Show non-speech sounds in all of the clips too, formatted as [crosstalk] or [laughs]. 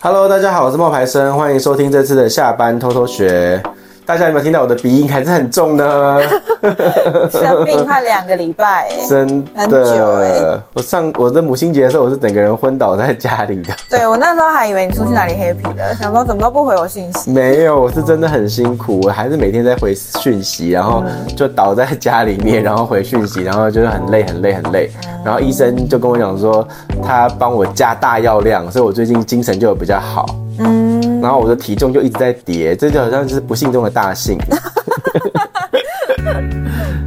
Hello，大家好，我是冒牌生，欢迎收听这次的下班偷偷学。大家有没有听到我的鼻音还是很重 [laughs] 呢？生病快两个礼拜、欸，真很久的，欸我上我的母亲节的时候，我是整个人昏倒在家里 [laughs] 的。对我那时候还以为你出去哪里 happy 了，想说怎么都不回我信息。没有，我是真的很辛苦，我还是每天在回讯息，然后嗯就倒在家里面，然后回讯息，然后就是很累很累很累。然后医生就跟我讲说，他帮我加大药量，所以我最近精神就有比较好。嗯，然后我的体重就一直在跌，这就好像就是不幸中的大幸。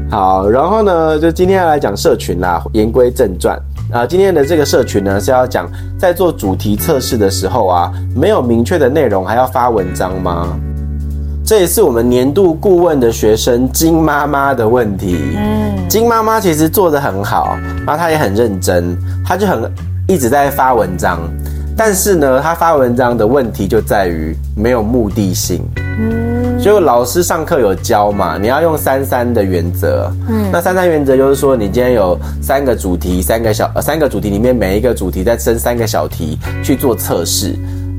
好，然后呢，就今天要来讲社群啦。言归正传啊、今天的这个社群呢是要讲，在做主题测试的时候啊，没有明确的内容还要发文章吗？这也是我们年度顾问的学生金妈妈的问题。嗯金妈妈其实做的很好，然后她也很认真，她就很一直在发文章。但是呢，她发文章的问题就在于没有目的性。嗯就老师上课有教嘛，你要用三三的原则。嗯，那三三原则就是说，你今天有三个主题，三个小、呃、三个主题里面每一个主题再生三个小题去做测试。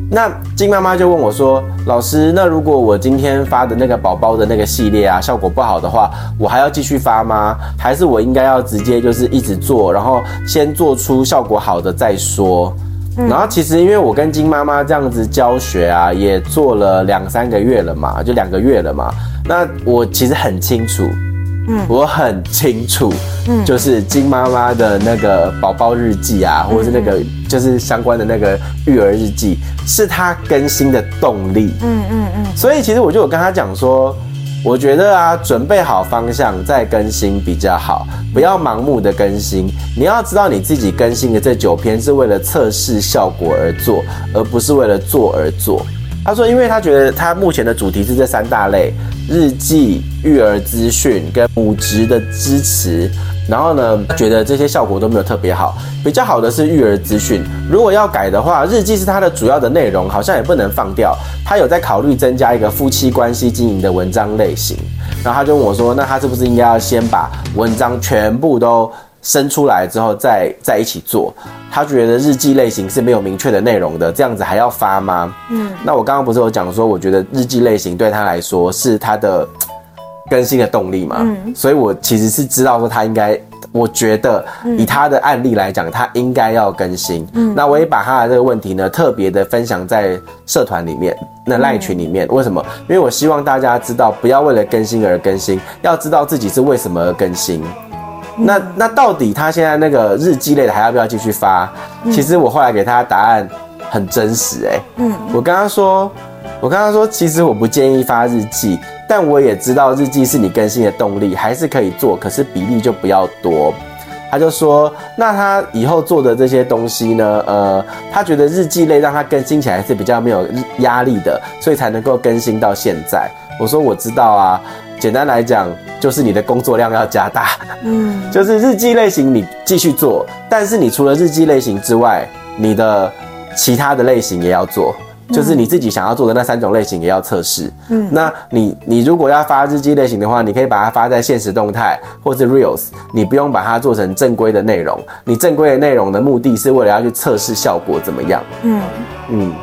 那金妈妈就问我说：“老师，那如果我今天发的那个宝宝的那个系列啊，效果不好的话，我还要继续发吗？还是我应该要直接就是一直做，然后先做出效果好的再说？”然后其实因为我跟金妈妈这样子教学啊，也做了两三个月了嘛，就两个月了嘛。那我其实很清楚，嗯我很清楚，就是金妈妈的那个宝宝日记啊，或者是那个就是相关的那个育儿日记，是她更新的动力。嗯嗯嗯，所以其实我就有跟他讲说，我觉得啊，准备好方向再更新比较好，不要盲目的更新。你要知道你自己更新的这九篇是为了测试效果而做，而不是为了做而做。他说，因为他觉得他目前的主题是这三大类：日记、育儿资讯跟母职的支持。然后呢，觉得这些效果都没有特别好。比较好的是育儿资讯，如果要改的话，日记是它的主要的内容，好像也不能放掉。他有在考虑增加一个夫妻关系经营的文章类型。然后他就问我说：“那他是不是应该要先把文章全部都生出来之后再在一起做？”他觉得日记类型是没有明确的内容的，这样子还要发吗？嗯，那我刚刚不是有讲说，我觉得日记类型对他来说是他的更新的动力嘛，所以我其实是知道说他应该，我觉得以他的案例来讲，他应该要更新。那我也把他的这个问题呢，特别的分享在社团里面，那赖群里面。为什么？因为我希望大家知道，不要为了更新而更新，要知道自己是为什么而更新。那那到底他现在那个日记类的还要不要继续发？其实我后来给他的答案很真实哎、嗯，我跟他说，我跟他说，其实我不建议发日记，但我也知道日记是你更新的动力，还是可以做，可是比例就不要多。他就说，那他以后做的这些东西呢，呃，他觉得日记类让他更新起来是比较没有压力的，所以才能够更新到现在。我说我知道啊，简单来讲就是你的工作量要加大，嗯，就是日记类型你继续做，但是你除了日记类型之外，你的其他的类型也要做。就是你自己想要做的那三种类型也要测试。嗯，那你你如果要发日记类型的话，你可以把它发在现实动态或是 Reels，你不用把它做成正规的内容。你正规的内容的目的是为了要去测试效果怎么样。嗯，嗯，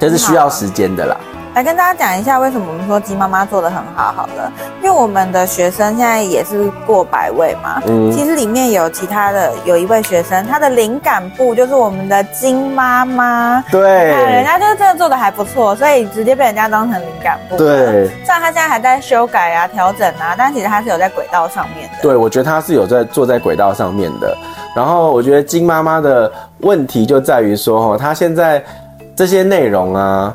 这是需要时间的啦。来跟大家讲一下为什么我们说鸡妈妈做的很好好了，因为我们的学生现在也是过百位嘛。嗯其实里面有其他的，有一位学生，他的灵感部就是我们的金妈妈，看对人家就是真的做的还不错，所以直接被人家当成灵感部。对虽然他现在还在修改啊、调整啊，但其实他是有在轨道上面的。对，我觉得他是有在坐在轨道上面的。然后我觉得金妈妈的问题就在于说，哈，她现在这些内容啊，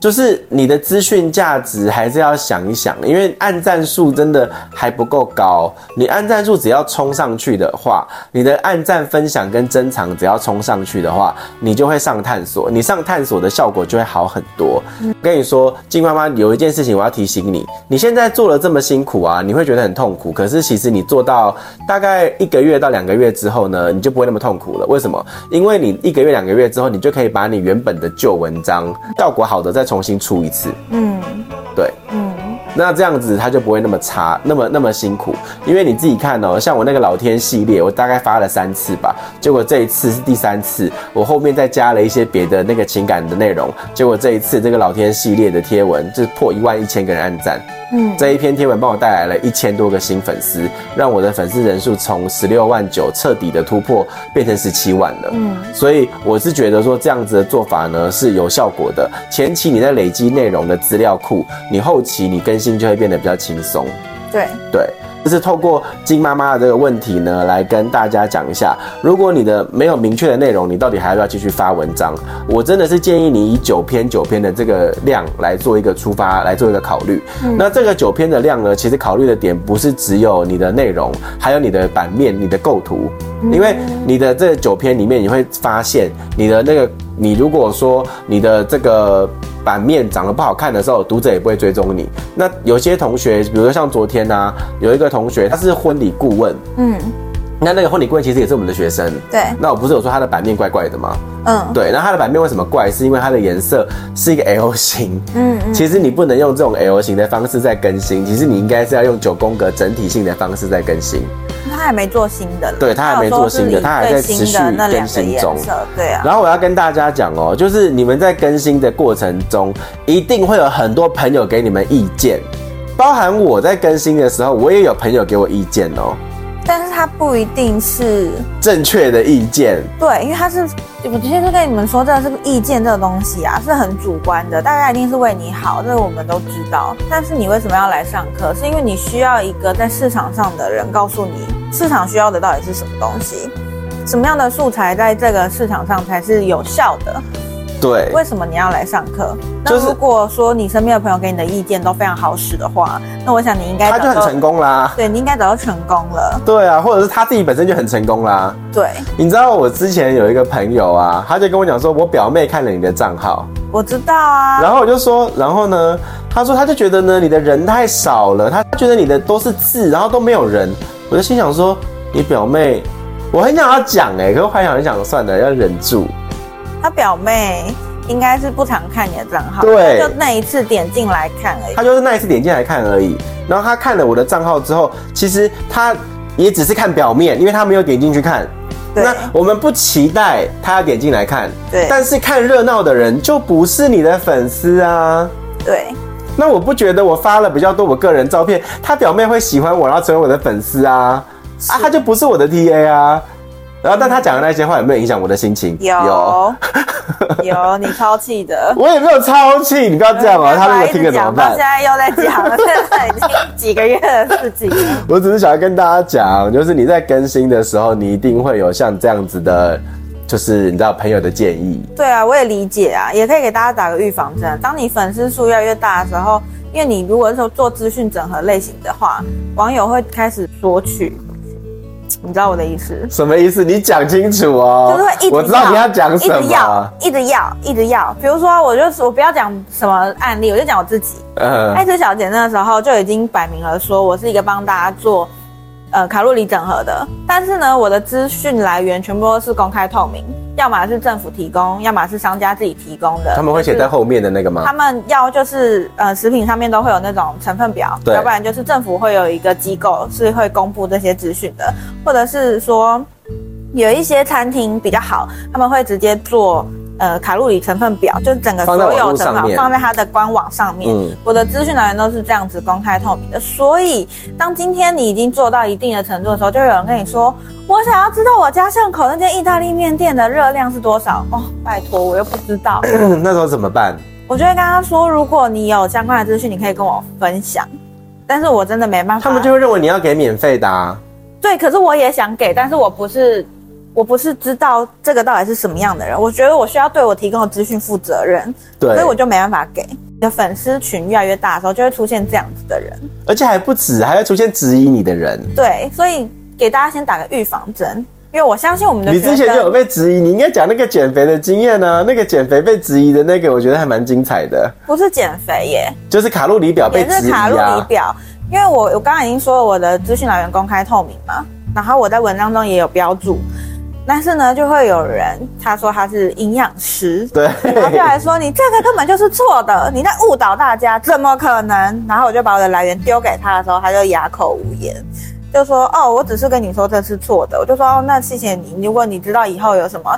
就是你的资讯价值还是要想一想，因为按赞数真的还不够高。你按赞数只要冲上去的话，你的按赞分享跟珍藏只要冲上去的话，你就会上探索，你上探索的效果就会好很多。我跟你说，金妈妈有一件事情我要提醒你，你现在做了这么辛苦啊，你会觉得很痛苦，可是其实你做到大概一个月到两个月之后呢，你就不会那么痛苦了。为什么？因为你一个月、两个月之后，你就可以把你原本的旧文章效果好的再重新出一次。嗯对，嗯，那这样子他就不会那么差，那么那么辛苦。因为你自己看哦，像我那个老天系列，我大概发了三次吧，结果这一次是第三次，我后面再加了一些别的那个情感的内容，结果这一次这个老天系列的贴文就是破一万一千个人按赞。嗯，这一篇贴文帮我带来了一千多个新粉丝，让我的粉丝人数从十六万九彻底的突破，变成十七万了。嗯，所以我是觉得说这样子的做法呢是有效果的。前期你在累积内容的资料库，你后期你更新就会变得比较轻松。对，对，就是透过金妈妈的这个问题呢，来跟大家讲一下，如果你的没有明确的内容，你到底还要不要继续发文章？我真的是建议你以九篇九篇的这个量来做一个出发，来做一个考虑。那这个九篇的量呢，其实考虑的点不是只有你的内容，还有你的版面、你的构图，嗯因为你的这九篇里面，你会发现你的那个，你如果说你的这个。版面长得不好看的时候，读者也不会追踪你。那有些同学，比如说像昨天啊，有一个同学他是婚礼顾问，嗯，那那个婚礼顾问其实也是我们的学生。对，那我不是有说他的版面怪怪的吗？嗯，对，那它的版面为什么怪？是因为它的颜色是一个 L 型。嗯嗯，其实你不能用这种 L 型的方式在更新，其实你应该是要用九宫格整体性的方式在更新。他还没做新的啦，对他还没做新的他还在持续他有说是以最新的那两更个新颜中色对啊，然后我要跟大家讲哦，就是你们在更新的过程中，一定会有很多朋友给你们意见，包含我在更新的时候，我也有朋友给我意见哦，但是他不一定是正确的意见。对，因为他是我之前就跟你们说，这个是意见这个东西啊，是很主观的，大家一定是为你好，这个我们都知道。但是你为什么要来上课？是因为你需要一个在市场上的人告诉你，市场需要的到底是什么东西，什么样的素材在这个市场上才是有效的。对，为什么你要来上课？那就是如果说你身边的朋友给你的意见都非常好使的话，那我想你应该他就早很成功啦。对你应该早就成功了。对啊，或者是他自己本身就很成功啦。对，你知道我之前有一个朋友啊，他就跟我讲说，我表妹看了你的账号，我知道啊。然后我就说，然后呢，他说他就觉得呢你的人太少了，他觉得你的都是字，然后都没有人。我就心想说，你表妹，我很想要讲哎、可是我还想很想算了，要忍住。他表妹应该是不常看你的账号，对就那一次点进来看而已他。就是那一次点进来看而已，然后他看了我的账号之后，其实他也只是看表面，因为他没有点进去看。对那我们不期待他要点进来看，对但是看热闹的人就不是你的粉丝啊。对，那我不觉得我发了比较多我个人照片，他表妹会喜欢我，然后成为我的粉丝啊，啊，他就不是我的 TA 啊。然后，但他讲的那些话有没有影响我的心情？有有你超气的。我也没有超气，你不要 [laughs] 这样哦、他如果听了怎么讲到办现？在又在讲了， [laughs] 现在已经几个月的事情了。我只是想要跟大家讲，就是你在更新的时候，你一定会有像这样子的，就是你知道朋友的建议。对啊，我也理解啊，也可以给大家打个预防针。啊当你粉丝数越来越大的时候，因为你如果是做资讯整合类型的话，网友会开始索取，你知道我的意思？什么意思？你讲清楚哦、就是会一直我知道你要讲什一直么要。，一直要，一直要。比如说，我就我不要讲什么案例，我就讲我自己。嗯、艾斯小姐那时候就已经摆明了说，我是一个帮大家做呃卡路里整合的，但是呢，我的资讯来源全部都是公开透明，要么是政府提供，要么是商家自己提供的。他们会写就是在后面的那个他吗？们要就是呃，食品上面都会有那种成分表，对要不然就是政府会有一个机构是会公布这些资讯的，或者是说有一些餐厅比较好，他们会直接做呃卡路里成分表，就整个放所在网有络成上分面放在它的官网上面。嗯我的资讯来源都是这样子公开透明的，所以当今天你已经做到一定的程度的时候，就有人跟你说。我想要知道我家巷口那间意大利面店的热量是多少哦，拜托，我又不知 [laughs] 道。嗯那时候怎么办？我就会跟他说，如果你有相关的资讯，你可以跟我分享。但是我真的没办法，他们就会认为你要给免费的、啊。对，可是我也想给，但是我不是，我不是知道这个到底是什么样的人。我觉得我需要对我提供的资讯负责任，对所以，我就没办法给。你的粉丝群越来越大的时候，就会出现这样子的人。而且还不止，还会出现质疑你的人。对，所以给大家先打个预防针，因为我相信我们的你之学前生就有被质疑，你应该讲那个减肥的经验呢、那个减肥被质疑的那个，我觉得还蛮精彩的，不是减肥耶，就是卡路里表被也质是疑卡路里啊。表，因为我我刚刚已经说了我的资讯来源公开透明嘛，然后我在文章中也有标注。但是呢，就会有人他说他是营养师，对， [laughs] 然后就来说你这个根本就是错的，你在误导大家，怎么可能？然后我就把我的来源丢给他的时候，他就哑口无言，就说哦，我只是跟你说这是错的。我就说哦，那谢谢你，如果你知道以后有什么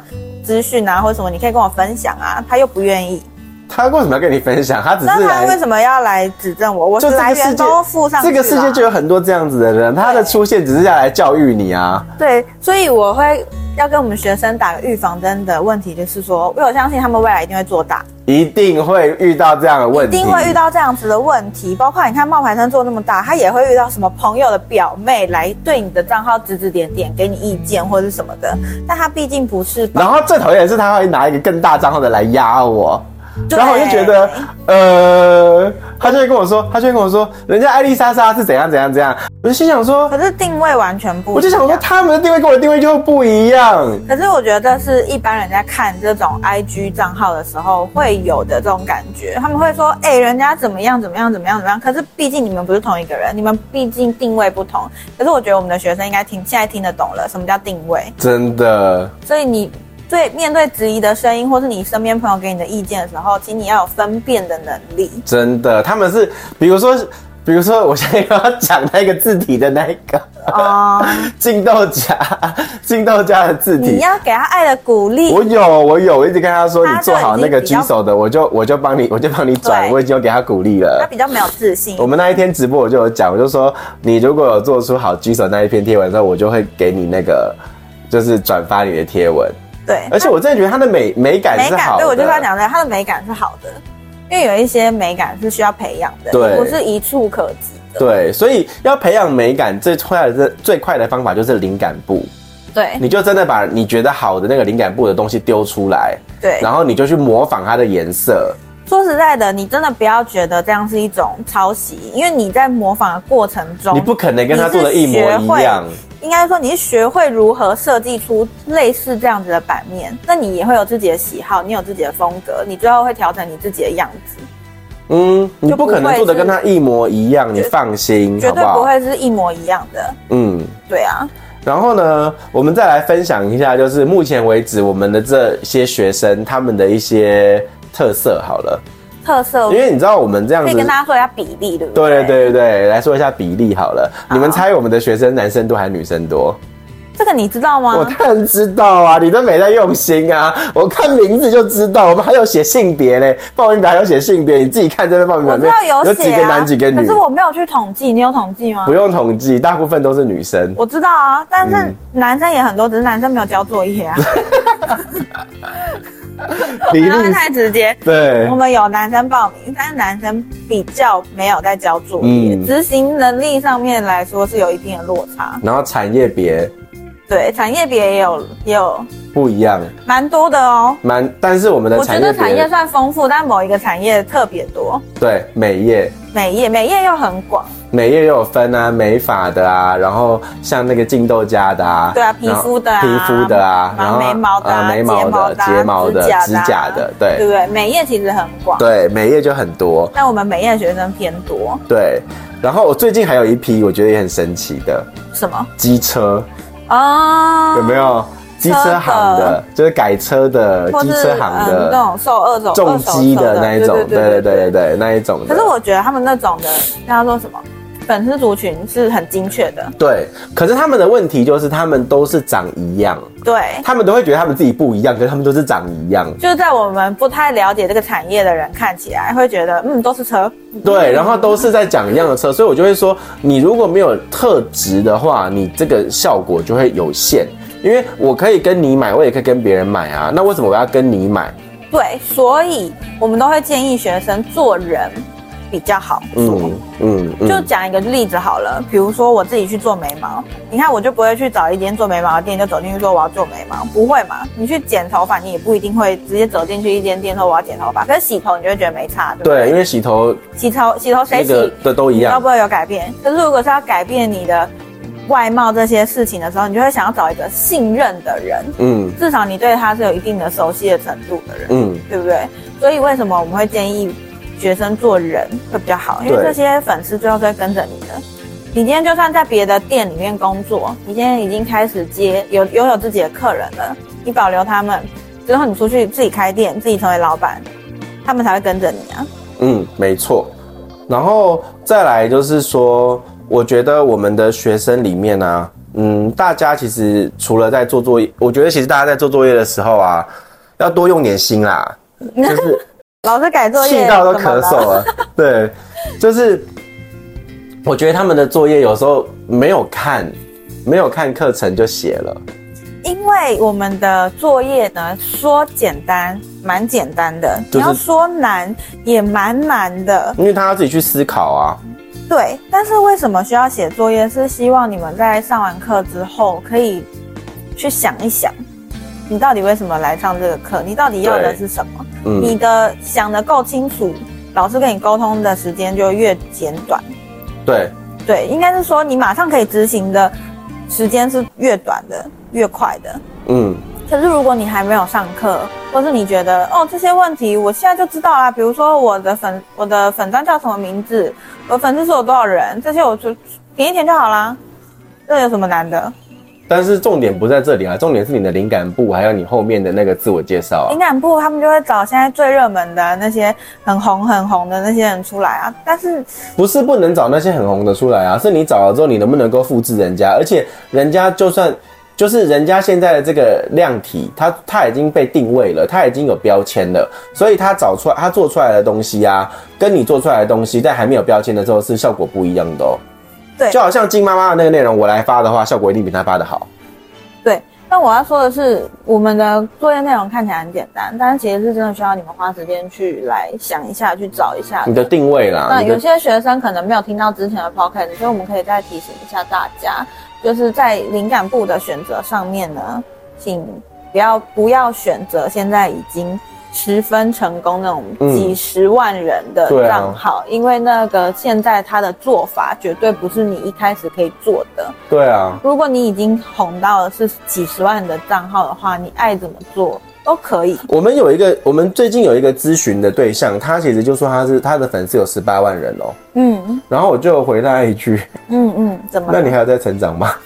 资讯啊或者什么，你可以跟我分享啊。他又不愿意，他为什么要跟你分享？他只是那他为来。什么要来指正我？我就的这来个世源界都附上，去啊这个世界啦就有很多这样子的人，他的出现只是要来教育你啊。对，所以我会要跟我们学生打个预防针的问题，就是说，因为我相信他们未来一定会做大，一定会遇到这样的问一题，定会遇到这样子的问题。包括你看冒牌生做那么大，他也会遇到什么朋友的表妹来对你的账号指指点点，给你意见或者什么的。但他毕竟不是然后最讨厌的是他会拿一个更大账号的来压我，对然后我就觉得，呃，他就会跟我说，他就会跟我说，人家艾丽莎莎是怎样怎样怎样，我就心想说，可是定位完全不一样。我就想说他们的定位跟我的定位就不一样，可是我觉得是一般人在看这种 IG 账号的时候会有的这种感觉，他们会说，哎、人家怎么样怎么样怎么样怎么样。可是毕竟你们不是同一个人，你们毕竟定位不同。可是我觉得我们的学生应该听现在听得懂了什么叫定位，真的，所以你。对，面对质疑的声音，或是你身边朋友给你的意见的时候，请你要有分辨的能力。 [laughs] 真的，他们是，比如说，比如说，我现在要讲那个字体的那一个哦、劲豆家，劲豆家的字你体。要给他爱的鼓励我。有，我有，我一直跟他说，你他就做好已那经个比举较手的，我就我就帮你，我就帮你转，对我已经有给他鼓励了他。比较没有自信我，们那一天直播我就有讲，我就说你如果有做出好举手那一篇贴文之后，我就会给你那个就是转发你的贴文。对，而且我真的觉得它的美美感美是感，好的，对我就是要讲的，它的美感是好的，因为有一些美感是需要培养的，对你不是一触可及的。对，所以要培养美感最快的最快的方法就是灵感部，对你就真的把你觉得好的那个灵感部的东西丢出来，对，然后你就去模仿它的颜色。说实在的，你真的不要觉得这样是一种抄袭，因为你在模仿的过程中，你不可能跟他做的一模一样，应该说你是学会如何设计出类似这样子的版面，那你也会有自己的喜好，你有自己的风格，你最后会调整你自己的样子，嗯，你就不不可能会做的是跟他一模一样，你绝放心，嗯绝好不对不好？会是一模一样的。嗯。对啊，然后呢，我们再来分享一下，就是目前为止我们的这些学生他们的一些特色好了，特色因为你知道我们这样哦可以子，跟大家说一下比例，对不对对对对，来说一下比例好了。啊你们猜我们的学生男生多还是女生多？这个你知道吗？我当然知道啊，你都没在用心啊，我看名字就知道，我们还有写性别嘞，报名表还有写性别，你自己看这份报名表我里知面道有有写几啊，个男几个可女是，我没有去统计，你有统计吗不？用统计，大部分都是女生。我知道啊，但嗯是男生也很多，只是男生没有交 [laughs] 作业啊。比不例要太直接。对我，们有男生报名，但是男生比较没有在交作业，嗯执行能力上面来说是有一定的落差。然后产业别对，产业别也有也有不一样。蛮多的哦。蛮，但是我们的我觉产得业产别业算丰富，但某一个产业特别多。对美业，美业，美业又很广，美业也有分啊，美发的啊，然后像那个净豆家的啊，对啊皮肤的啊然后皮肤的啊，然然后后眉毛的啊呃眉毛的、睫睫毛毛的的、啊指指甲甲的啊的，对对不对？美业其实很广，对，美业就很多，但我们美业学生偏多。对。然后我最近还有一批我觉得也很神奇的什么？机车，啊，有没有？机车行车的，就是改车的或机是车行嗯那的，种售二手重机二手车的那一种，对对对对对，那一种的。可是我觉得他们那种的，那叫做什么？粉丝族群是很精确的，对，可是他们的问题就是他们都是长一样，对，他们都会觉得他们自己不一样，可是他们都是长一样。就是在我们不太了解这个产业的人看起来会觉得，嗯，都是车，对，然后都是在讲一样的车，所以我就会说，你如果没有特质的话，你这个效果就会有限。因为我可以跟你买，我也可以跟别人买啊，那为什么我要跟你买？对，所以我们都会建议学生做人比较好做。嗯嗯嗯，就讲一个例子好了，比如说我自己去做眉毛，你看我就不会去找一间做眉毛的店就走进去说我要做眉毛，不会嘛？你去剪头发，你也不一定会直接走进去一间店说我要剪头发，可是洗头你就会觉得没差，对不对，对？因为洗头洗头洗头谁那洗个的都一都样不，会有改变，可是如果是要改变你的外貌这些事情的时候，你就会想要找一个信任的人，嗯至少你对他是有一定的熟悉的程度的人。嗯，对不对？所以为什么我们会建议学生做人会比较好？因为对这些粉丝最后都会跟着你的。你今天就算在别的店里面工作，你今天已经开始接有拥有自己的客人了，你保留他们之后，你出去自己开店，自己成为老板，他们才会跟着你啊。嗯，没错。然后再来就是说，我觉得我们的学生里面啊，嗯，大家其实除了在做作业，我觉得其实大家在做作业的时候啊，要多用点心 [laughs] 啦，就是老师改作业气到都怎么咳了嗽了。 [laughs] 对，就是我觉得他们的作业有时候没有看，没有看课程就写了。因为我们的作业呢，说简单蛮简单的，就是你要说难也蛮难的，因为他要自己去思考啊。对。但是为什么需要写作业？是希望你们在上完课之后可以去想一想，你到底为什么来上这个课？你到底要的对是什么？你嗯，的想的够清楚，老师跟你沟通的时间就越简短。对，对，应该是说你马上可以执行的时间是越短的，越快的。嗯，可是如果你还没有上课，或是你觉得哦这些问题我现在就知道啦，比如说我的粉我的粉砖叫什么名字，我粉丝数有多少人，这些我就填一填就好啦，这有什么难的？但是重点不在这里啊，重点是你的灵感部，还有你后面的那个自我介绍啊灵。感部他们就会找现在最热门的那些很红很红的那些人出来啊，但是不是不能找那些很红的出来啊，是你找了之后，你能不能够复制人家？而且人家就算就是人家现在的这个量体，它它已经被定位了，它已经有标签了，所以它找出来，它做出来的东西啊，跟你做出来的东西，在还没有标签的时候是效果不一样的哦。对就好像金妈妈的那个内容，我来发的话，效果一定比她发的好。对。但我要说的是，我们的作业内容看起来很简单，但是其实是真的需要你们花时间去来想一下，去找一下你的定位啦，啊那啊你有的些学生可能没有听到之前的 podcast，所以我们可以再提醒一下大家，就是在灵感部的选择上面呢，请不要不要选择现在已经十分成功那种嗯几十万人的对啊账号，因为那个现在他的做法绝对不是你一开始可以做的。对啊，如果你已经红到了是几十万的账号的话，你爱怎么做都可以。我们有一个，我们最近有一个咨询的对象，他其实就说他是他的粉丝有十八万人哦、嗯然后我就回他一句。嗯嗯，怎么 [laughs] 了？那你还有在成长吗？ [laughs]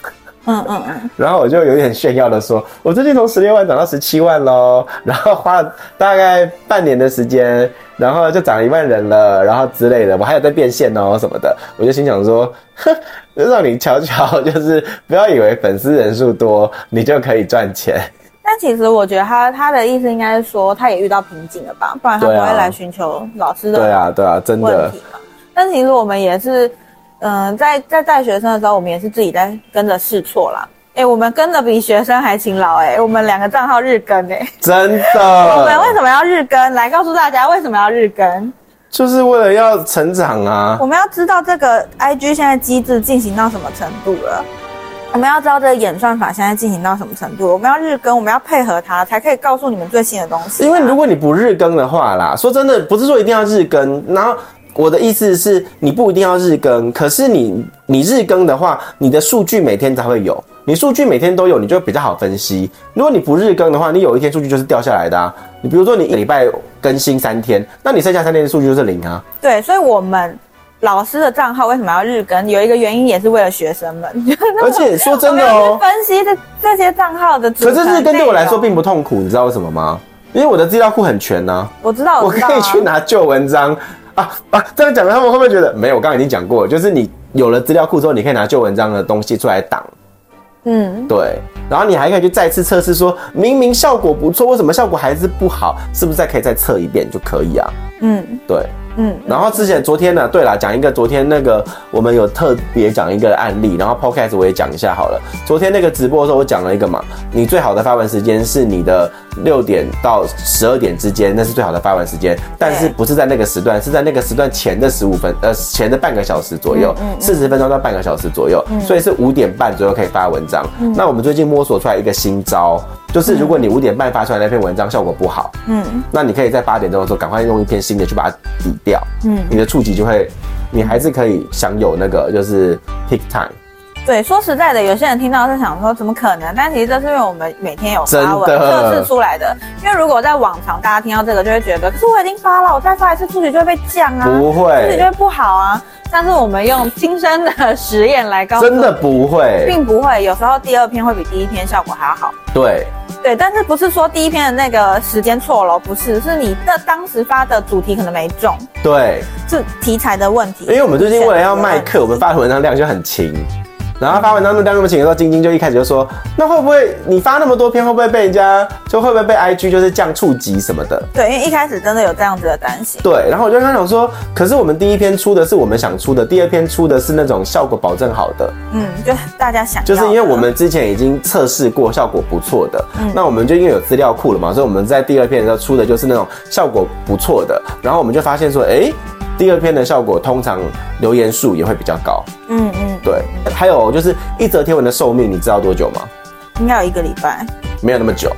嗯嗯嗯，然后我就有点炫耀的说，我最近从十六万涨到十七万喽， [laughs] 然后花了大概半年的时间，然后就涨了一万人了，然后之类的，我还有在变现哦什么的，我就心想说， [laughs] 哼，让你瞧瞧，就是不要以为粉丝人数多你就可以赚钱，但其实我觉得他他的意思应该是说，他也遇到瓶颈了吧，不然他不对会啊来寻求老师对的啊对啊，真问的题嘛。但其实我们也是，嗯、在在带学生的时候，我们也是自己在跟着试错啦。哎、我们跟的比学生还勤劳哎、我们两个账号日更哎、真我们为的，什么要日更？来告诉大家为什么要日更？就是为了要成长啊，我们要知道这个 IG 现在机制进行到什么程度了，我们要知道这个演算法现在进行到什么程度，我们要日更，我们要配合它，才可以告诉你们最新的东西啊、因为如果你不日更的话啦，说真的，不是说一定要日更，然后。我的意思是，你不一定要日更，可是你你日更的话，你的数据每天才会有，你数据每天都有，你就比较好分析。如果你不日更的话，你有一天数据就是掉下来的啊。你比如说你一个礼拜更新三天，那你剩下三天的数据就是零啊。对，所以我们老师的账号为什么要日更？有一个原因也是为了学生们，就是而且说 [laughs] 我真们的要哦去、分析这这些账号的组可成内是容。日更对我啊来说并不痛苦，你知道为什么吗？因为我的资料库很全呐、我知道，我知道啊可以去拿旧文章啊啊！这样讲，他们会不会觉得没有？我刚刚已经讲过了，就是你有了资料库之后，你可以拿旧文章的东西出来挡，嗯，对，然后你还可以去再次测试说，明明效果不错，为什么效果还是不好？是不是再可以再测一遍就可以啊？嗯对，嗯，然后之前昨天呢、对啦，讲一个昨天那个我们有特别讲一个案例，然后 podcast 我也讲一下好了。昨天那个直播的时候我讲了一个嘛，你最好的发文时间是你的六点到十二点之间，那是最好的发文时间，但是不是在那个时段，是在那个时段前的十五分呃前的半个小时左右嗯嗯，嗯四十分钟到半个小时左右，所以是五点半左右可以发文章。嗯那我们最近摸索出来一个新招，就是如果你五点半发出来那篇文章效果不好，嗯那你可以在八点钟的时候赶快用一篇新的去把它抵掉，嗯你的触及就会，你还是可以享有那个就是 peak time，对，说实在的，有些人听到是想说怎么可能？但其实这是因为我们每天有发文真的测试出来的。因为如果在往常大家听到这个，就会觉得，可是我已经发了，我再发一次触及就会被降啊，不触及就会会，不好啊。但是我们用亲身的实验来告诉，真的不会。并不会。有时候第二篇会比第一篇效果还要好。对，对，但是不是说第一篇的那个时间错了？不是，是你的当时发的主题可能没中，对，是题材的问题。因为我们最近为了要卖选择的课，我们发的文章量就很勤。然后发文章量那么勤的时候，晶晶就一开始就说：“那会不会你发那么多篇，会不会被人家就会不会被 IG 就是降触及什么的对，因为一开始真的有这样子的担心？”。对，然后我就跟他讲说：“可是我们第一篇出的是我们想出的，第二篇出的是那种效果保证好的，嗯，就大家想要就是因为的嗯我们之前已经测试过效果不错的，那我们就因为有资料库了嘛，所以我们在第二篇的时候出的就是那种效果不错的，然后我们就发现说，哎、第二篇的效果通常留言数也会比较高。嗯嗯，对，还有就是一则贴文的寿命，你知道多久吗？应该有一个礼拜。没有那么久，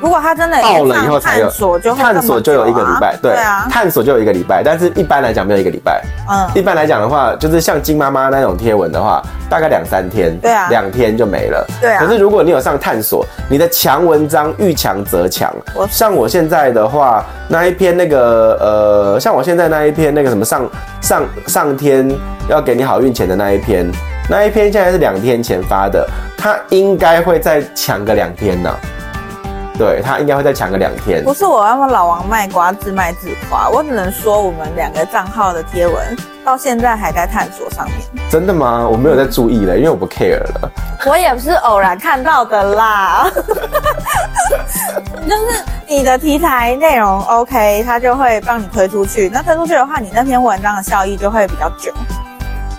如果他真的到了以后才有哎探索就会探索就有一个礼拜，这么久啊对啊，探索就有一个礼拜，但是一般来讲没有一个礼拜。嗯，一般来讲的话，就是像金妈妈那种贴文的话，大概两三天，对啊两天就没了。对啊可是如果你有上探索，你的强文章遇强则强我。像我现在的话，那一篇那个呃，像我现在那一篇那个什么上上上天要给你好运钱的那一篇，那一篇现在是两天前发的，它应该会再强个两天呢、对，它应该会再强个两天不。是我要帮老王卖瓜自卖自夸，我只能说我们两个账号的贴文到现在还在探索上面，真的吗？我没有在注意了，因为我不 care 了。我也是偶然看到的 [laughs] 啦。就是你的题材内容 OK，它就会帮你推出去。那推出去的话，你那篇文章的效益就会比较久。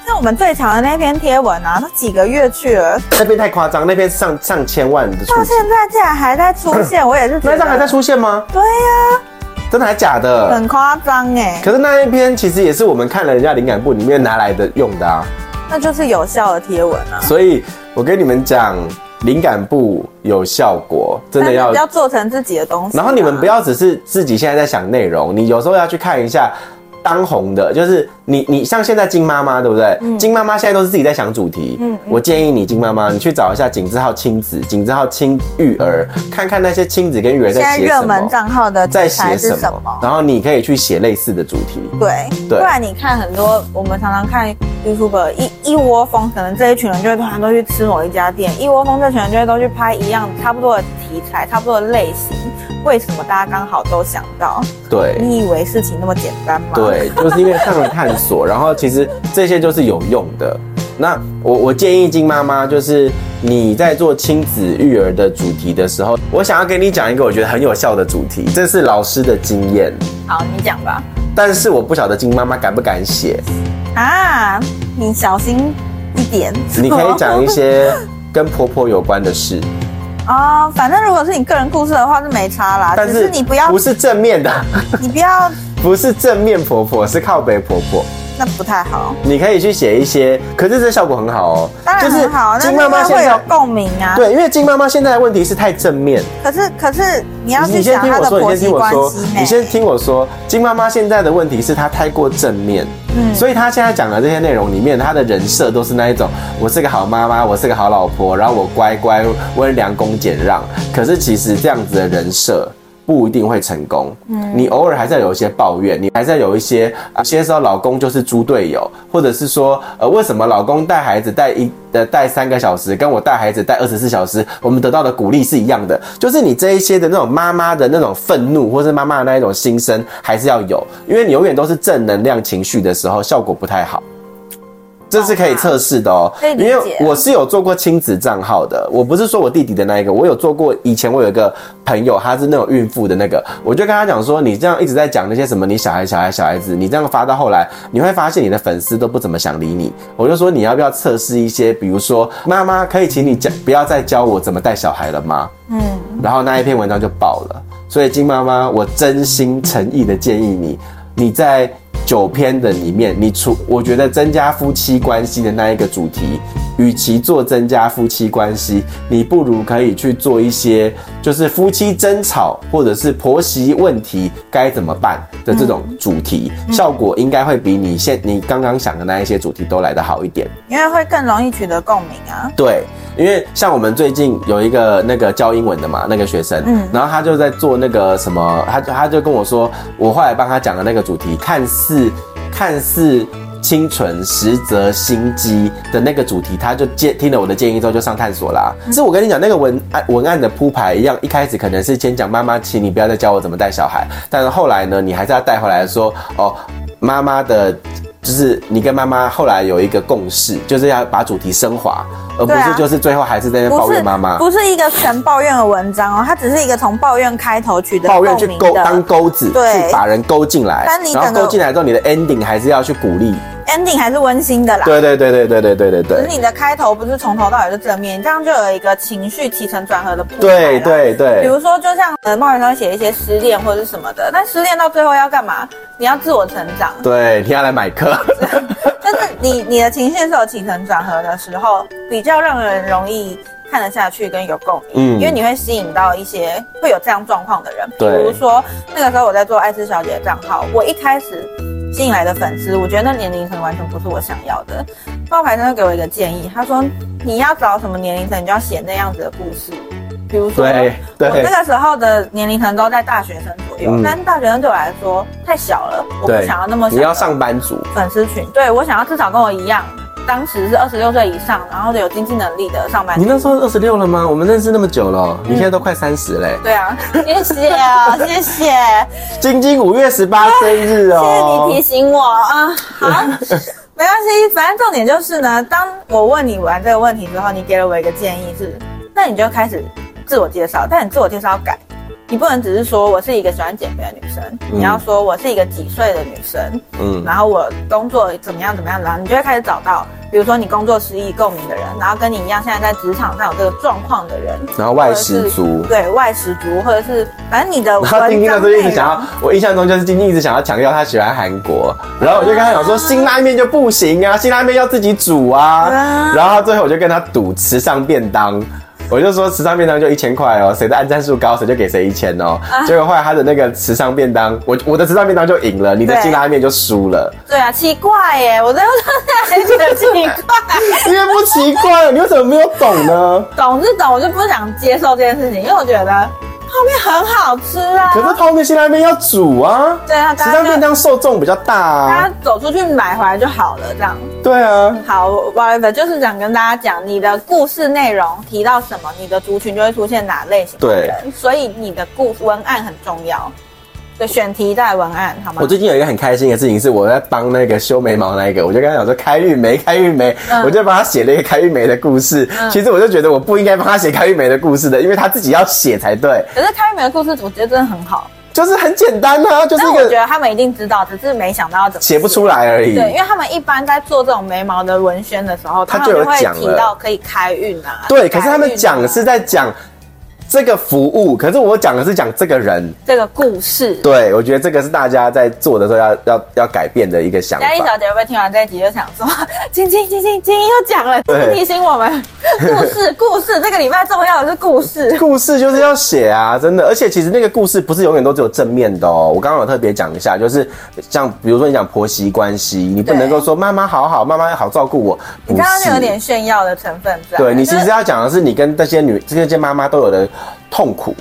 像我们最长的那篇贴文啊，都几个月去了，那边太夸张，那边上上千万的触到及现，在竟然还在出 [laughs] 现，我也是觉那得一张还在出现吗？对呀、真的还假的？很夸张哎，可是那一篇其实也是我们看了人家灵感部里面拿来的用的啊，那就是有效的贴文啊，所以我跟你们讲，灵感部有效果，真的要但是。要做成自己的东西啊、然后你们不要只是自己现在在想内容，你有时候要去看一下当红的，就是你你像现在金妈妈对不对？金妈妈现在都是自己在想主题。嗯嗯嗯我建议你金妈妈，你去找一下井字号亲子、井字号亲育儿，看看那些亲子跟育儿现在在写热什门么。账号的在题写材是什什么，么？然后你可以去写类似的主题。对，对不然你看很多，我们常常看 YouTube 一一窝蜂，可能这一群人就会突然都去吃某一家店，一窝蜂这群人就会都去拍一样差不多的题材、差不多的类型。为什么大家刚好都想到？对你以为事情那么简单吗？，对，就是因为上了探索，然后其实这些就是有用的。那我我建议金妈妈，就是你在做亲子育儿的主题的时候，我想要跟你讲一个我觉得很有效的主题，这是老师的经验，好，你讲吧。但是我不晓得金妈妈敢不敢写。啊，你小心一点。你可以讲一些跟婆婆有关的事， [laughs] 哦，反正如果是你个人故事的话是没差啦，但只啊是是你不要不是正面的，你不要，不是正面婆婆，是靠北婆婆。那不太好。你可以去写一些，可是这效果很好哦。当然很好，啊就是那金妈那妈那现会有在共鸣啊。，对，因为金妈妈现在的问题是太正面。可是可是你要去你先想听她我的说，你婆先媳听我关说系，呢。你先听我说，金妈妈现在的问题是她太过正面。嗯所以她现在讲的这些内容里面，她的人设都是那一种，我是个好妈妈，我是个好老婆，然后我乖乖温良恭俭让。可是其实这样子的人设不一定会成功。嗯，你偶尔还是要有一些抱怨，你还是要有一些，啊有些时候老公就是猪队友，或者是说，呃，为什么老公带孩子带一呃带三个小时，跟我带孩子带二十四小时，我们得到的鼓励是一样的，就是你这一些的那种妈妈的那种愤怒，或是妈妈的那一种心声，还是要有，因为你永远都是正能量情绪的时候，效果不太好。这是可以测试的哦，可以理因解为我是有做过亲子账号的，我不是说我弟弟的那一个，我有做过。以前我有一个朋友，他是那种孕妇的那个，我就跟他讲说，你这样一直在讲那些什么你小孩、小孩、小孩子，你这样发到后来，你会发现你的粉丝都不怎么想理你。我就说你要不要测试一些，比如说妈妈可以请你教，不要再教我怎么带小孩了吗？嗯，然后那一篇文章就爆了。所以金妈妈，我真心诚意的建议你，你在九篇的里面，你除我觉得增加夫妻关系的那一个主题，与其做增加夫妻关系，你不如可以去做一些就是夫妻争吵或者是婆媳问题该怎么办的这种主题，效果应该会比你现你刚刚想的那一些主题都来得好一点。因为会更容易取得共鸣啊。对，因为像我们最近有一个那个教英文的嘛，那个学生，嗯然后他就在做那个什么，他就他就跟我说，我后来帮他讲的那个主题，看似看似。清纯，实则心机的那个主题，他就建听了我的建议之后就上探索啦。嗯是我跟你讲，那个文案文案的铺排一样，一开始可能是先讲妈妈，请你不要再教我怎么带小孩，但是后来呢，你还是要带回来说，哦，妈妈的，就是你跟妈妈后来有一个共识，就是要把主题升华，而不对啊是就是最后还是在那边抱不是怨妈妈，不是一个纯抱怨的文章哦，它只是一个从抱怨开头取得抱怨去共鸣勾的当钩子，对去把人勾进来但你，然后整个勾进来之后，你的 ending 还是要去鼓励， ending 还是温馨的啦。对对对对对对对对只是对。你的开头不是从头到尾是正面，这样就有一个情绪起承转合的铺排对啦。对比对，如说，就像呃，冒险上写一些失恋或者是什么的，但失恋到最后要干嘛？你要自我成长，对，你要来买 [laughs] 课，但是你你的情绪是有起承转合的时候，比较让人容易看得下去跟有共鸣。嗯因为你会吸引到一些会有这样状况的人，比对如说那个时候我在做爱吃小姐的账号，我一开始吸引来的粉丝，我觉得那年龄层完全不是我想要的。冒牌生就给我一个建议，他说你要找什么年龄层，你就要写那样子的故事，比如说对对我那个时候的年龄层都在大学生左右，嗯但是大学生对我来说太小了，我不对想要那么小你的要上班族，粉丝群，对我想要至少跟我一样。当时是二十六岁以上，然后有经济能力的上班族你。那时候二十六了吗？我们认识那么久了，哦你现在都嗯快三十嘞，对啊，谢谢啊，谢谢，谢晶晶五月十八生日谢哦你，提醒我啊。好，没关系，反正重点就是呢，当我问你完这个问题之后，你给了我一个建议是，那你就开始自我介绍，但你自我介绍要改，你不能只是说我是一个喜欢减肥的女生，你要说我是一个几岁的女生，嗯，然后我工作怎么样怎么样，然后你就会开始找到，比如说你工作失意共鸣的人，然后跟你一样现在在职场上有这个状况的人，然后外食族，对外食族，或者是反正 [laughs] 你的文然后章晶晶那时候一直内想容要，我印象中就是晶晶一直想要强调她喜欢韩国，然后我就跟她讲说辛拉面就不行啊，辛拉面要自己煮啊啊，然后最后我就跟她赌吃上便当。我就说吃上便当就一千块哦，谁的按赞数高谁就给谁一千哦。啊结果后来她的那个吃上便当，我我的吃上便当就赢了，你的对辛拉面就输了，对啊，奇怪耶，我真的还觉得奇怪， [laughs] 啊因为不奇怪，你为什么没有懂呢？懂是懂，我就不想接受这件事情，因为我觉得泡面很好吃啊。可是泡面辛拉面要煮啊，对啊，吃大上家便就当受众比较大大啊家，走出去买回来就好了，这样。对啊，好，whatever，就是想跟大家讲，你的故事内容提到什么，你的族群就会出现哪类型的人，所以你的故文案很重要。对，选题在文案，好吗我？最近有一个很开心的事情，是我在帮那个修眉毛那一个，我就跟他讲说开运眉，开运眉，嗯我就帮他写了一个开运眉的故事。其实我就觉得我不应该帮他写开运眉的故事的，因为他自己要写才对，可是开源的故事，我觉得真的很好，就是很简单啊，就是但一我觉个得他们一定知道，只是没想到要怎么写不出来而已。对，因为他们一般在做这种眉毛的文宣的时候，他他就们有就会讲了提到可以开运啊。对，可是他们开运啊讲是在讲这个服务，可是我讲的是讲这个人。这个故事。对，我觉得这个是大家在做的时候要要要改变的一个想法嘉。义小姐会不会听完这一集就想说：“晶晶，晶晶，晶晶又讲了，对提醒我们 [laughs] 故事，故事，这个礼拜重要的是故事。故事就是要写啊，真的。而且其实那个故事不是永远都只有正面的哦。我刚刚有特别讲一下，就是像比如说你讲婆媳关系，你不对能够说妈妈好好，妈妈要好照顾我，”你不知道是就有点炫耀的成分在。对你就其是实要讲的是你跟这些女、这些妈妈都有的痛苦。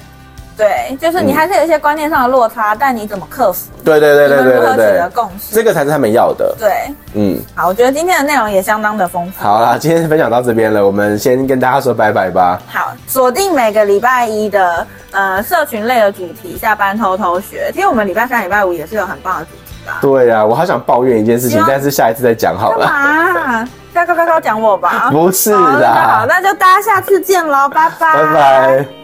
对，就是你还是有一些观念上的落差，但你怎么克服？对对嗯对对你们对如何对取对得，共识？这个才是他们要的。对，嗯，好，我觉得今天的内容也相当的丰富。好啦，今天分享到这边了，我们先跟大家说拜拜吧。好，锁定每个礼拜一的呃社群类的主题，下班偷偷学。其实我们礼拜三、礼拜五也是有很棒的主 [laughs] 题吧？对呀、我好想抱怨一件事情行，但是下一次再讲好干了。嘛？大高高高讲我吧？不是好那啦好，，那就大家下次见喽，拜拜，拜拜。